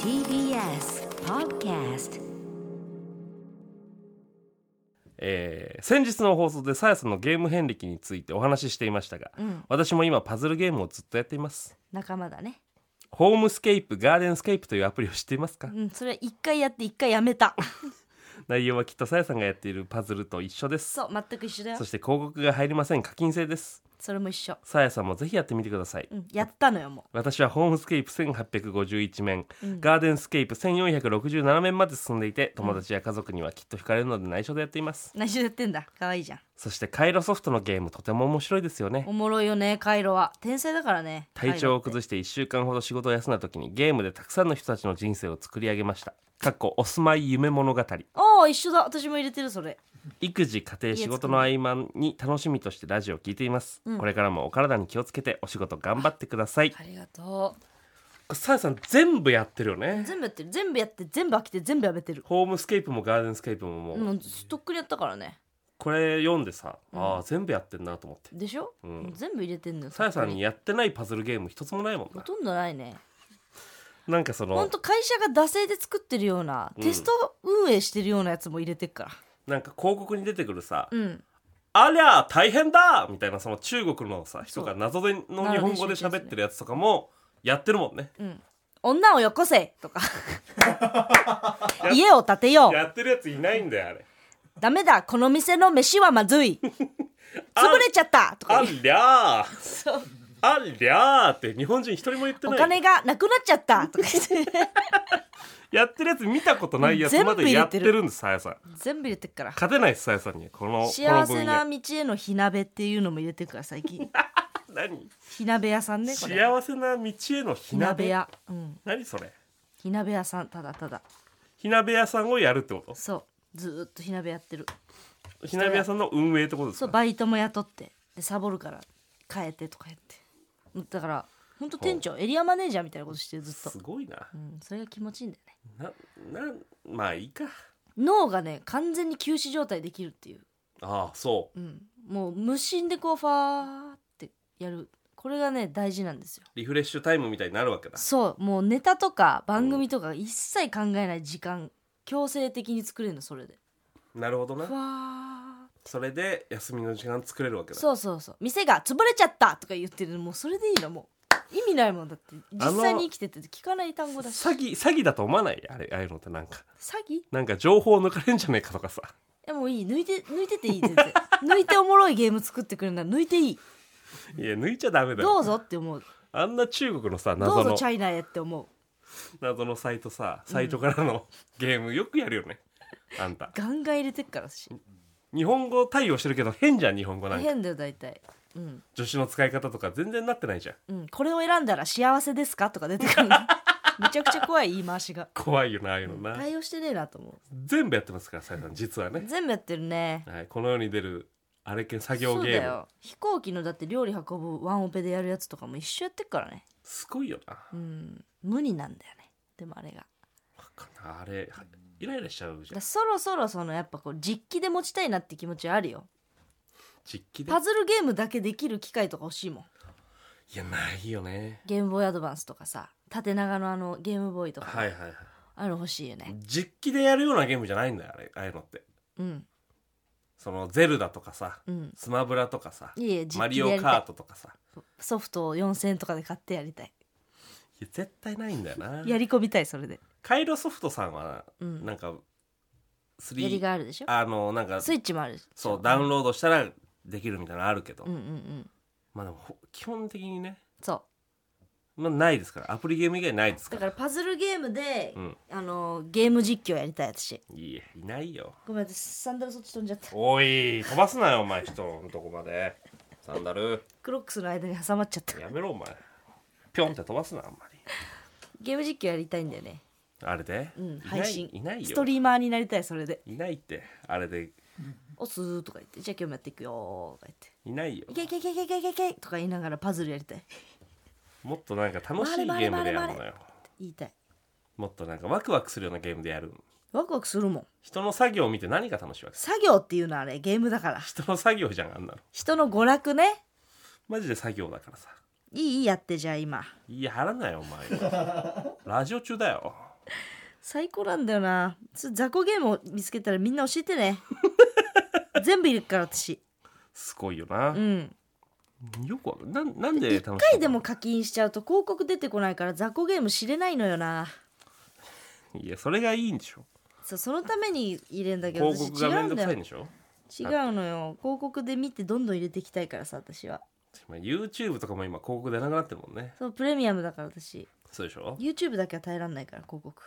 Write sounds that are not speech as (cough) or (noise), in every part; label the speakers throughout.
Speaker 1: TBS Podcast
Speaker 2: えー先日の放送でさやさんのゲーム遍歴についてお話ししていましたが、
Speaker 1: うん
Speaker 2: 私も今パズルゲームをずっとやっています
Speaker 1: 仲間だね
Speaker 2: ホームスケープガーデンスケープというアプリを知っていますか、
Speaker 1: うんそれ一回やって一回やめ
Speaker 2: (laughs)
Speaker 1: た
Speaker 2: 内容はきっとさやさんがやっているパズルと一緒です
Speaker 1: そう全く一緒だよ
Speaker 2: そして広告が入りません課金制です
Speaker 1: それも一緒
Speaker 2: さやさんもぜひやってみてください、
Speaker 1: うんやったのよも
Speaker 2: 私はホームスケープ1851面、
Speaker 1: う、うん
Speaker 2: ガーデンスケープ1467面まで進んでいて友達や家族にはきっと惹かれるので内緒でやっています
Speaker 1: 何しろやってんだ可愛いじゃん
Speaker 2: そしてカイロソフトのゲームとても面白いですよね
Speaker 1: おもろいよねカイロは天才だからね
Speaker 2: 体調を
Speaker 1: カイロって
Speaker 2: 崩して1週間ほど仕事を休んだ時にゲームでたくさんの人たちの人生を作り上げましたかっこお住まい夢物語
Speaker 1: ああ一緒だ私も入れてるそれ
Speaker 2: 育児家庭仕事の合間に楽しみとしてラジオを聞いています、
Speaker 1: うん
Speaker 2: これからもお体に気をつけてお仕事頑張ってください
Speaker 1: ありがと
Speaker 2: さやさん全部やってるよ
Speaker 1: う
Speaker 2: ね
Speaker 1: 全部やってる全部やって全部飽きて全部やめてる
Speaker 2: ホームスケープもガーデンスケープももう、
Speaker 1: もうとっくにやったからね
Speaker 2: これ読んでさ、
Speaker 1: うん
Speaker 2: ああ全部やってんなと思って
Speaker 1: でしょ、
Speaker 2: うん
Speaker 1: 全部入れてんのよ
Speaker 2: さやさんに
Speaker 1: や
Speaker 2: やってないパズルゲーム一つもないもん
Speaker 1: ほ
Speaker 2: な
Speaker 1: とんどないね
Speaker 2: なんかそ
Speaker 1: ほ
Speaker 2: の
Speaker 1: んと会社が惰性で作ってるような、
Speaker 2: うん
Speaker 1: テスト運営してるようなやつも入れてっから
Speaker 2: なんか広告に出てくるさ、
Speaker 1: うん
Speaker 2: ありゃ大変だみたいなその中国のさ人
Speaker 1: そう
Speaker 2: が謎での日本語で喋ってるやつとかもやってるもんね
Speaker 1: うん女をよこせ
Speaker 2: (laughs)
Speaker 1: とか家を建てよ
Speaker 2: やってるやついないんだよあ
Speaker 1: (laughs)
Speaker 2: れ
Speaker 1: うダメだこの店の飯はまずい潰れちゃったとか
Speaker 2: あ
Speaker 1: 言う
Speaker 2: りゃー
Speaker 1: そう
Speaker 2: ありゃーって日本人一人も言って
Speaker 1: お
Speaker 2: ない
Speaker 1: 金がなくなっちゃったとか言って (laughs)
Speaker 2: やってるやつ見たことないやつまでやってるんですさやさん
Speaker 1: 全部入れてっから
Speaker 2: 勝てないですさやさんにこの
Speaker 1: 幸せな
Speaker 2: この分
Speaker 1: 道への火鍋っていうのも入れてるから最
Speaker 2: (laughs)
Speaker 1: 近
Speaker 2: 野何
Speaker 1: 火鍋屋さんねこれ
Speaker 2: 幸せな道への火
Speaker 1: 火鍋
Speaker 2: 鍋
Speaker 1: 屋、うん、
Speaker 2: 何それ
Speaker 1: 火鍋屋さんただただ
Speaker 2: 火鍋屋さんをやるってこ
Speaker 1: そうずーっと火鍋やってる
Speaker 2: と火鍋屋さんの運営ってことで
Speaker 1: そ
Speaker 2: す
Speaker 1: う
Speaker 2: か
Speaker 1: バイトも雇ってでサボるから変えてとか言ってだからほんと店長エリアマネージャーみたいなことしてるずっと、
Speaker 2: すごいな
Speaker 1: うん、それが気持ちいいんだよね
Speaker 2: ななまあいいか
Speaker 1: 脳がね完全に休止状態できるっていう、
Speaker 2: ああそう
Speaker 1: うん、もう無心でこうファーってやるこれがね大事なんですよ
Speaker 2: リフレッシュタイムみたいになるわけだ
Speaker 1: そうもうネタとか番組とか一切考えない時間強制的に作れるのそれで
Speaker 2: なるほど
Speaker 1: ふわ
Speaker 2: な
Speaker 1: ー
Speaker 2: それで休みの時間作れるわけだ
Speaker 1: そうそうそう店が潰れちゃったとか言ってるもうそれでいいのもう意味ないもんだって
Speaker 2: あの
Speaker 1: 実際に生きてて聞かない単語だし詐
Speaker 2: 詐欺詐欺だと思わないあれああいうのってなんか
Speaker 1: 欺い
Speaker 2: なんか情報抜かれんじゃないかとかさ (laughs)
Speaker 1: やもういい抜いて抜いてていい全然抜いておもろいゲーム作ってくれるなら抜いていい
Speaker 2: いや抜いちゃダメだ
Speaker 1: ど
Speaker 2: よ
Speaker 1: うぞって思う
Speaker 2: あんな中国のさ
Speaker 1: ど
Speaker 2: 謎
Speaker 1: うぞ
Speaker 2: の
Speaker 1: チャイナへって思う
Speaker 2: 謎のサイトさサイトからの (laughs) ゲームよくやるよねあんた
Speaker 1: ガンガン入れてっからし
Speaker 2: 日本語対応してるけど変じゃん日本語なんか
Speaker 1: 変だよ大体うん、
Speaker 2: 女子の使い方とか全然なってないじゃん
Speaker 1: うん、これを選んだら幸せですかとか出てく
Speaker 2: (laughs)
Speaker 1: るめちゃくちゃ怖い言い回しが
Speaker 2: 怖いよなああいうのな
Speaker 1: 対応してねえなと思
Speaker 2: 全部やってますからさやさん実は
Speaker 1: う
Speaker 2: ね、
Speaker 1: 全部やってるね
Speaker 2: はい、この世に出るあれ系作業
Speaker 1: そう
Speaker 2: ゲ
Speaker 1: だ
Speaker 2: ーム
Speaker 1: よ飛行機のだって料理運ぶワンオペでやるやつとかも一緒やってっからね
Speaker 2: すごいよな
Speaker 1: うん無理なんだよねでもあれがだか
Speaker 2: かなあれイライラしちゃうじゃ
Speaker 1: ら
Speaker 2: ん
Speaker 1: そろそろそのやっぱこう実機で持ちたいなって気持ちはあるよ
Speaker 2: 実機で
Speaker 1: パズルゲームだけできる機械とか欲しいもん
Speaker 2: いやないよね
Speaker 1: ゲームボーイアドバンスとかさ縦長のあのゲームボーイとか、
Speaker 2: はいはいはい
Speaker 1: あの欲しいよね
Speaker 2: 実機でやるようなゲームじゃないんだよあれああいうのって
Speaker 1: うん
Speaker 2: そのゼルダとかさ
Speaker 1: うん
Speaker 2: スマブラとかさ
Speaker 1: いえいえ実
Speaker 2: マ
Speaker 1: 機
Speaker 2: リ
Speaker 1: でや
Speaker 2: オ
Speaker 1: り
Speaker 2: カ
Speaker 1: た
Speaker 2: ー
Speaker 1: い
Speaker 2: トとかさ
Speaker 1: ソフトを4000円とかで買ってやりたい
Speaker 2: いや絶対ないんだよな
Speaker 1: やり込みたいそれで
Speaker 2: カイロソフトさんは
Speaker 1: うん
Speaker 2: なんか
Speaker 1: やり
Speaker 2: 3
Speaker 1: があるでしょ
Speaker 2: あのなんか
Speaker 1: スイッチもあるでしょ
Speaker 2: そうダウンロードしたらできるみたいなのあるけど
Speaker 1: うんうんうん
Speaker 2: まあでもほ基本的にね
Speaker 1: そう
Speaker 2: まあないですからアプリゲーム以外ないですか
Speaker 1: だかららパズルゲームで、
Speaker 2: うん
Speaker 1: あのゲーム実況やりたい私
Speaker 2: いやいないよ
Speaker 1: ごめん私サンダルそっち飛んじゃった
Speaker 2: おい飛ばすなよお前人のとこまでサンダル
Speaker 1: クロックスの間に挟まっちゃった
Speaker 2: やめろお前ピョンって飛ばすなあんまり
Speaker 1: ゲーム実況やりたいんだよね
Speaker 2: あれで、
Speaker 1: うん
Speaker 2: いない
Speaker 1: 配信
Speaker 2: いないよ
Speaker 1: ストリーマーになりたいそれで
Speaker 2: いないってあれで
Speaker 1: 「おすー」とか言って「じゃあ今日もやっていくよ」とか言って
Speaker 2: いないよ
Speaker 1: 「いけいけいけいけいけいけいけ」とか言いながらパズルやりたい
Speaker 2: もっとなんか楽しいゲ
Speaker 1: 回れ
Speaker 2: ームでや
Speaker 1: 回
Speaker 2: る
Speaker 1: れ
Speaker 2: のよ
Speaker 1: 言いたい
Speaker 2: もっとなんかワクワクするようなゲームでやる
Speaker 1: ワクワクするもん
Speaker 2: 人の作業を見て何が楽しいわけ
Speaker 1: 作業っていうのはあれゲームだから
Speaker 2: 人の作業じゃんあんなの
Speaker 1: 人の娯楽ね
Speaker 2: マジで作業だからさ
Speaker 1: いいやってじゃあ今
Speaker 2: いややらないよお前
Speaker 1: (laughs)
Speaker 2: ラジオ中だよ
Speaker 1: 最高なんだよなつ雑魚ゲームを見つけたらみんな教えて
Speaker 2: (laughs)
Speaker 1: ね全部いるから私
Speaker 2: すごいよな
Speaker 1: う、ん
Speaker 2: よくわかんなんなんで
Speaker 1: 一
Speaker 2: 楽しい
Speaker 1: 回でも課金しちゃうと広告出てこないから雑魚ゲーム知れないのよない
Speaker 2: やそれがいいんでしょ
Speaker 1: そうそのために入れんだけど
Speaker 2: 広
Speaker 1: 私
Speaker 2: 告
Speaker 1: 違
Speaker 2: がめん
Speaker 1: う
Speaker 2: ど
Speaker 1: ん
Speaker 2: く
Speaker 1: だ
Speaker 2: さ
Speaker 1: よ
Speaker 2: いんでしょ
Speaker 1: 違うのよ広告で見てどんどん入れていきたいからさ私は
Speaker 2: まあ YouTube とかも今広告出なくなってるもんね
Speaker 1: そうプレミアムだから私
Speaker 2: そうでしょ
Speaker 1: YouTube だけは耐えらんないから広告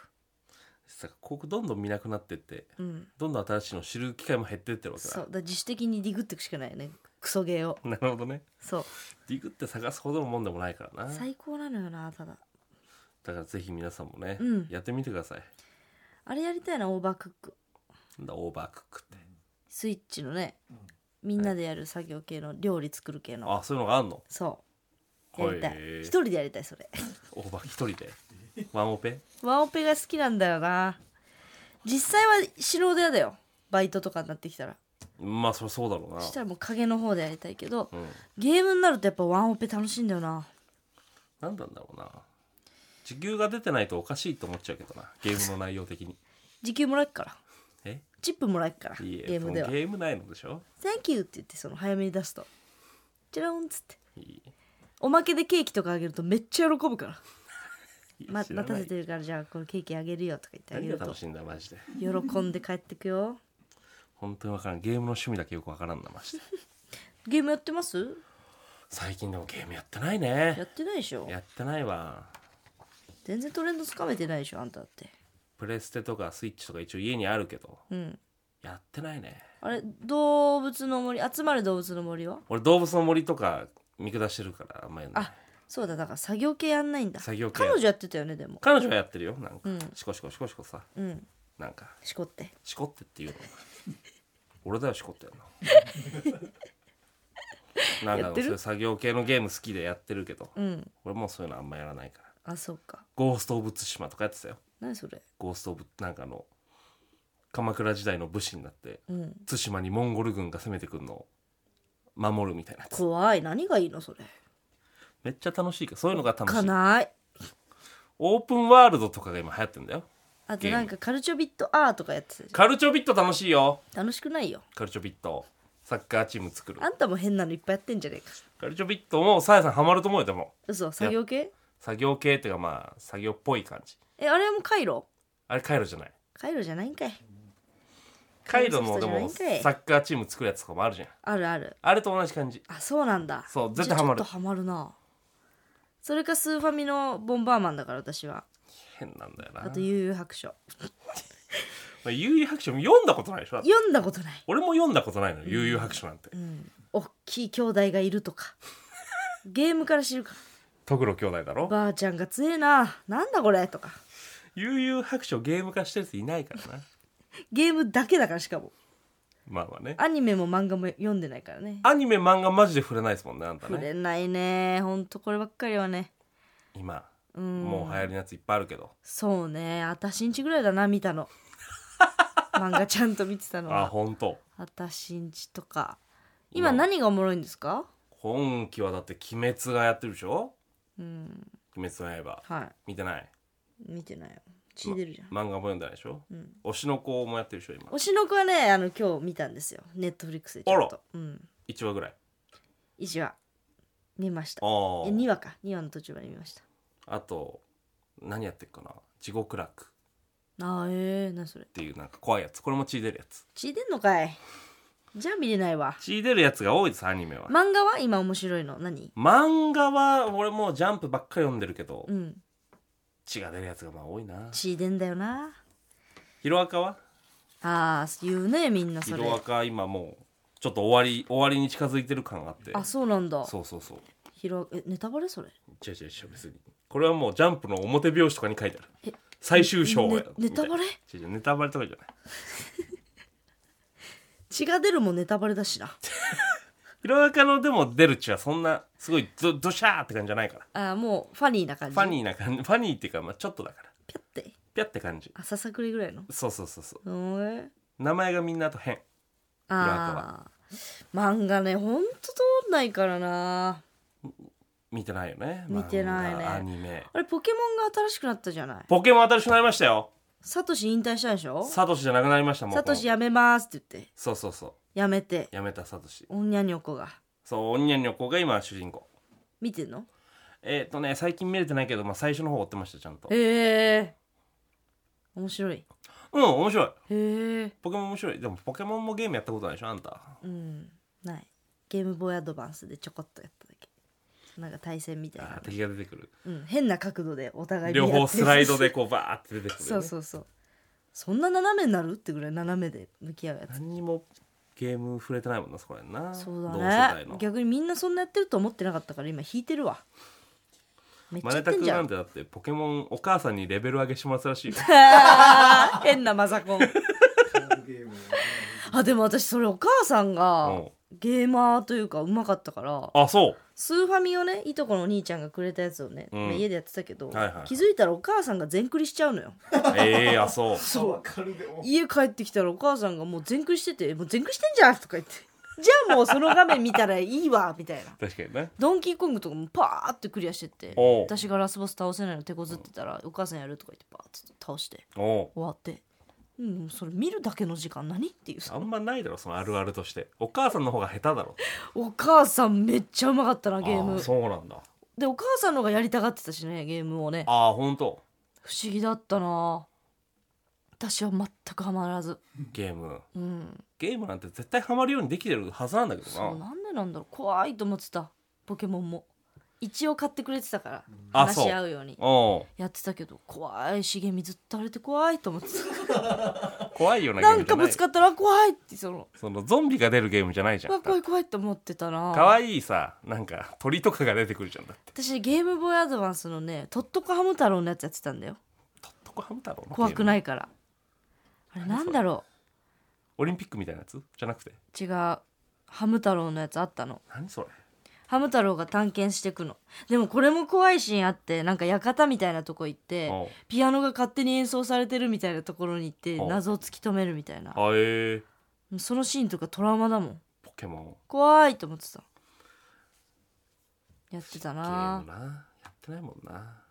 Speaker 2: さ広告どんどん見なくなってって
Speaker 1: うん
Speaker 2: どんどん新しいの知る機会も減ってってるわけ
Speaker 1: そう
Speaker 2: だ
Speaker 1: だから自主的にディグっていくしかないよねクソゲーを
Speaker 2: なるほどね
Speaker 1: そう
Speaker 2: ディグって探すほどのもんでもないからな
Speaker 1: 最高なのよなただ
Speaker 2: だからぜひ皆さんもね、
Speaker 1: うん
Speaker 2: やってみてください
Speaker 1: あれやりたいなオーバークック
Speaker 2: なんだオーバークックって
Speaker 1: スイッチのねみんなでやる作業系の料理作る系の
Speaker 2: あそういうのがあんの
Speaker 1: そうやりた
Speaker 2: へ
Speaker 1: い
Speaker 2: え
Speaker 1: 一人でやりたいそれ
Speaker 2: オーバー一人でワンオペ
Speaker 1: ワンオペが好きなんだよな実際は死ぬほど嫌だよバイトとかになってきたら
Speaker 2: まあそりゃそうだろうな
Speaker 1: したらもう影の方でやりたいけど
Speaker 2: うん
Speaker 1: ゲームになるとやっぱワンオペ楽しいんだよな
Speaker 2: 何なんだろうな時給が出てないとおかしいと思っちゃうけどなゲームの内容的に
Speaker 1: 時給もらえっから
Speaker 2: え
Speaker 1: チップもらえっから
Speaker 2: いいえ
Speaker 1: ゲームでは
Speaker 2: そのゲームないのでしょ
Speaker 1: 「Thank you」って言ってその早めに出すと「チラーン」っつって
Speaker 2: いい
Speaker 1: おまけでケーキとかあげるとめっちゃ喜ぶから
Speaker 2: い
Speaker 1: ま
Speaker 2: 知ら
Speaker 1: 待
Speaker 2: な
Speaker 1: た
Speaker 2: い
Speaker 1: せてるからじゃあこのケーキあげるよとか言ってあ
Speaker 2: 何
Speaker 1: げ
Speaker 2: が
Speaker 1: ると
Speaker 2: 楽しいんだマジで
Speaker 1: 喜んで帰ってくよ
Speaker 2: 本当に分からんゲームの趣味だけよく分からんなマジで
Speaker 1: ゲームやってます
Speaker 2: 最近でもゲームやってないね
Speaker 1: やってないでしょ
Speaker 2: やってないわ
Speaker 1: 全然トレンドつかめてないでしょあんただって
Speaker 2: プレステとかスイッチとか一応家にあるけど
Speaker 1: うん
Speaker 2: やってないね
Speaker 1: あれ動物の森集まる動物の森は
Speaker 2: 俺動物の森とか見下してるからあんまやんない
Speaker 1: あそうだだから作業系やんないんだ
Speaker 2: 作業系
Speaker 1: 彼女やってたよねでも
Speaker 2: 彼女はやってるよなんか、
Speaker 1: うん
Speaker 2: シコシコシコシコさ
Speaker 1: うん
Speaker 2: なんか
Speaker 1: しこって
Speaker 2: シコってっていうの俺だよシコって
Speaker 1: (laughs)
Speaker 2: やんのなん
Speaker 1: や
Speaker 2: か
Speaker 1: っ
Speaker 2: そ
Speaker 1: て
Speaker 2: う
Speaker 1: る
Speaker 2: いう作業系のゲーム好きでやってるけど
Speaker 1: うん
Speaker 2: 俺もうそういうのあんまやらないから
Speaker 1: あそうか
Speaker 2: ゴースト・オブ・ツシマとかやってたよ
Speaker 1: 何それ
Speaker 2: ゴースト・オブなんかあの鎌倉時代の武士になって
Speaker 1: うん
Speaker 2: 対馬にモンゴル軍が攻めてくるのを守るみたいなやつ
Speaker 1: 怖い何がいいのそれ
Speaker 2: めっちゃ楽しいからそういうのが楽
Speaker 1: か
Speaker 2: しい
Speaker 1: ない
Speaker 2: オープンワールドとかが今流行ってんだよ
Speaker 1: あと
Speaker 2: ゲーム
Speaker 1: なんかカルチョビットアーとかやってたじ
Speaker 2: カルチョビット楽しいよ
Speaker 1: ゃん楽しくないよ
Speaker 2: カルチョビットサッカーチーム作る
Speaker 1: あんたも変なのいっぱいやってんじゃねえか
Speaker 2: カルチョビットもさやさんハマると思うよでも
Speaker 1: 嘘作業系
Speaker 2: 作業系っていうかまあ作業っぽい感じ
Speaker 1: えあれもカイロ
Speaker 2: あれカイロじゃない
Speaker 1: カイロじゃないんかい
Speaker 2: カイロの
Speaker 1: カイロソフト
Speaker 2: で
Speaker 1: じゃない
Speaker 2: も
Speaker 1: ん
Speaker 2: サ
Speaker 1: かい
Speaker 2: ッカーチーム作るやつとかもあるじゃん
Speaker 1: あるある
Speaker 2: あれと同じ感じ
Speaker 1: あそうなんだ
Speaker 2: そう絶対ハマる
Speaker 1: じゃあちょっとハマるなそれかスーファミのボンバーマンだから私は
Speaker 2: 変なんだよな
Speaker 1: あと悠々白書
Speaker 2: まあ悠々白書も読んだことないでしょだって
Speaker 1: 読んだことない
Speaker 2: 俺も読んだことないのよ悠々白書なんて
Speaker 1: うんおっきい兄弟がいると
Speaker 2: (laughs)
Speaker 1: かゲームから知るか
Speaker 2: トグロ兄弟だろ
Speaker 1: ばあちゃんが強えななんだこれとか
Speaker 2: 悠々白書ゲーム化してる人いないからな
Speaker 1: ゲームだけだからしかも
Speaker 2: まあまあね
Speaker 1: アニメも漫画も読んでないからね
Speaker 2: アニメ漫画マジで触れないですもんねあんた
Speaker 1: 触
Speaker 2: ね
Speaker 1: れないねほんとこればっかりはね
Speaker 2: 今
Speaker 1: うん
Speaker 2: もう流行りのやついっぱいあるけど
Speaker 1: そうね私んちぐらいだな見た
Speaker 2: (laughs)
Speaker 1: の漫画ちゃんと見てたの
Speaker 2: あ
Speaker 1: は
Speaker 2: 本当
Speaker 1: 私んちとか今
Speaker 2: 今
Speaker 1: 何がおもろいんですか
Speaker 2: 今期はだって「鬼滅」がやってるでしょ
Speaker 1: うん
Speaker 2: 「鬼滅の刃
Speaker 1: は」
Speaker 2: 見てない
Speaker 1: い見てないよ血出るじゃん、
Speaker 2: 漫画も読んでないでしょ
Speaker 1: うん、
Speaker 2: 推しの子もやってるでしょ今
Speaker 1: 推しの子はねあの今日見たんですよネットフリックスでちょっとうん
Speaker 2: 1話ぐらい
Speaker 1: 1話見ました
Speaker 2: あ
Speaker 1: え
Speaker 2: ー
Speaker 1: 2話か2話の途中まで見ました
Speaker 2: あと何やってるかな「地獄楽」っ
Speaker 1: あーえー、何それ
Speaker 2: ていうなんか怖いやつこれも血出るやつ
Speaker 1: 血出んのかいじゃあ見れないわ
Speaker 2: 血出るやつが多いですアニメは
Speaker 1: 漫画は今面白いの何
Speaker 2: 漫画は俺もうジャンプばっかり読んでるけど
Speaker 1: うん
Speaker 2: 血が出るやつがまあ多いな
Speaker 1: 血出んだよな
Speaker 2: ヒロアカは
Speaker 1: ああ言うねみんな
Speaker 2: ヒ
Speaker 1: それ
Speaker 2: ロアカは今もうちょっと終わり終わりに近づいてる感があって
Speaker 1: あそうなんだ
Speaker 2: そうそうそう
Speaker 1: ひろえネタバレそれ
Speaker 2: 違う違う違う別にこれはもうジャンプの表表紙とかに書いてあ
Speaker 1: え
Speaker 2: る最終章
Speaker 1: ねネタバレ
Speaker 2: レ違う違うネタバレとかじゃない
Speaker 1: 血が出るもネタバレだしな
Speaker 2: ヒロアカのでも出る血はそんなすごいドドシャーって感じじゃないから
Speaker 1: あーもうファニーな感じ
Speaker 2: ファニーな感じファニーっていうかまあちょっとだから
Speaker 1: ピャって
Speaker 2: ピャって感じ
Speaker 1: 浅さくれぐらいの
Speaker 2: そうそうそうそう
Speaker 1: おえ
Speaker 2: 名前がみんなあと変
Speaker 1: ああ漫画ねほんと通んないからな
Speaker 2: 見てないよね
Speaker 1: 見てないね
Speaker 2: 漫画アニメ
Speaker 1: あれポケモンが新しくなったじゃない
Speaker 2: ポケモン新しくなりましたよ
Speaker 1: サトシ引退したでしょ
Speaker 2: サトシじゃなくなりましたもん
Speaker 1: サトシやめますって言って
Speaker 2: そうそうそう
Speaker 1: やめて
Speaker 2: やめたサトシ
Speaker 1: おんにゃにょこが
Speaker 2: そうおんにゃんにょこが今主人公
Speaker 1: 見てんの
Speaker 2: えっ、とね最近見れてないけど、まあ、最初の方追ってましたちゃんと
Speaker 1: へえ面白い
Speaker 2: うん面白い
Speaker 1: へえ
Speaker 2: ポケモン面白いでもポケモンもゲームやったことないでしょあんた
Speaker 1: うんないゲームボーイアドバンスでちょこっとやっただけなんか対戦みたい
Speaker 2: あ
Speaker 1: な
Speaker 2: ー、敵が出てくる
Speaker 1: うん、変な角度でお互い見合
Speaker 2: 両
Speaker 1: って
Speaker 2: 方スライドでこうバーって出てくる、
Speaker 1: (laughs)
Speaker 2: ね、
Speaker 1: そうそうそうそんな斜めになるってぐらい斜めで向き合うやつ
Speaker 2: 何にもゲーム触れてないもんなそこらへんな
Speaker 1: そうだ
Speaker 2: 同世代
Speaker 1: ね
Speaker 2: の
Speaker 1: 逆にみんなそんなやってると思ってなかったから今引いてるわめっちゃ
Speaker 2: マ
Speaker 1: や
Speaker 2: ネ
Speaker 1: ったてん
Speaker 2: 君
Speaker 1: じ
Speaker 2: な
Speaker 1: ゃ
Speaker 2: ん
Speaker 1: ん
Speaker 2: てだってポケモンお母さんにレベル上げします
Speaker 1: (laughs)
Speaker 2: らしいよ
Speaker 1: 変なマザコンあでも私それお母さんがゲーマーというかうまかったから
Speaker 2: あそう
Speaker 1: スーファミをねいとこのお兄ちゃんがくれたやつをね、
Speaker 2: うん
Speaker 1: まあ家でやってたけど、
Speaker 2: はいはい
Speaker 1: 気づいたらお母さんが全クリしちゃうのよ
Speaker 2: ええあそう
Speaker 1: そう家帰ってきたらお母さんがもう全クリしてて「もう全クリしてんじゃん」とか言って「じゃあもうその画面見たらいいわ」みたいな
Speaker 2: 確かにね
Speaker 1: ドンキーコングとかもパーってクリアしてって
Speaker 2: おう
Speaker 1: 私がラスボス倒せないの手こずってたら「お母さんやる」とか言ってパーって倒して
Speaker 2: おう
Speaker 1: 終わって「うんそれ見るだけの時間何?」っていう
Speaker 2: あんまないだろそのあるあるとしてお母さんの方が下手だろ
Speaker 1: お母さんめっちゃうまかったなゲー
Speaker 2: あ
Speaker 1: ム
Speaker 2: そうなんだ
Speaker 1: でお母さんの方がやりたがってたしねゲームをね
Speaker 2: ああ本当
Speaker 1: 不思議だったな私は全くハマらず
Speaker 2: ゲーム
Speaker 1: うん
Speaker 2: ゲームなんて絶対ハマるようにできてるはずなんだけど
Speaker 1: そう
Speaker 2: な
Speaker 1: なんでなんだろう怖いと思ってたポケモンも一応買ってくれてたから
Speaker 2: あ
Speaker 1: 話し合
Speaker 2: そう
Speaker 1: うように
Speaker 2: おう
Speaker 1: やってたけど怖い茂みずっとあれって怖いと思って
Speaker 2: 怖いよう
Speaker 1: た
Speaker 2: なゲ
Speaker 1: な
Speaker 2: ーム
Speaker 1: ん
Speaker 2: じゃ
Speaker 1: か
Speaker 2: な
Speaker 1: ぶ
Speaker 2: い
Speaker 1: つかったら怖いってその
Speaker 2: そのゾンビが出るゲームじゃないじゃ
Speaker 1: うわ
Speaker 2: ん
Speaker 1: 怖い怖いって思ってたな
Speaker 2: 可愛いさなんか鳥とかが出てくるじゃんだって
Speaker 1: 私ゲームボーイアドバンスのね「とっとこハム太郎」のやつやってたんだよ
Speaker 2: とっとこハム太郎のゲーム
Speaker 1: 怖くないからあれなんだろ
Speaker 2: オリンピックみたいなやつじゃなくて
Speaker 1: う違うハム太郎のやつあったの
Speaker 2: 何それ
Speaker 1: ハム太郎が探検してくのでもこれも怖いシーンあってなんか館みたいなとこ行って
Speaker 2: おう
Speaker 1: ピアノが勝手に演奏されてるみたいなところに行って
Speaker 2: おう
Speaker 1: 謎を突き止めるみたいな
Speaker 2: あえー、
Speaker 1: そのシーンとかトラウマだもん
Speaker 2: ポケモン
Speaker 1: 怖いと思ってたやってた
Speaker 2: ゲー
Speaker 1: な
Speaker 2: ムなやってないもんな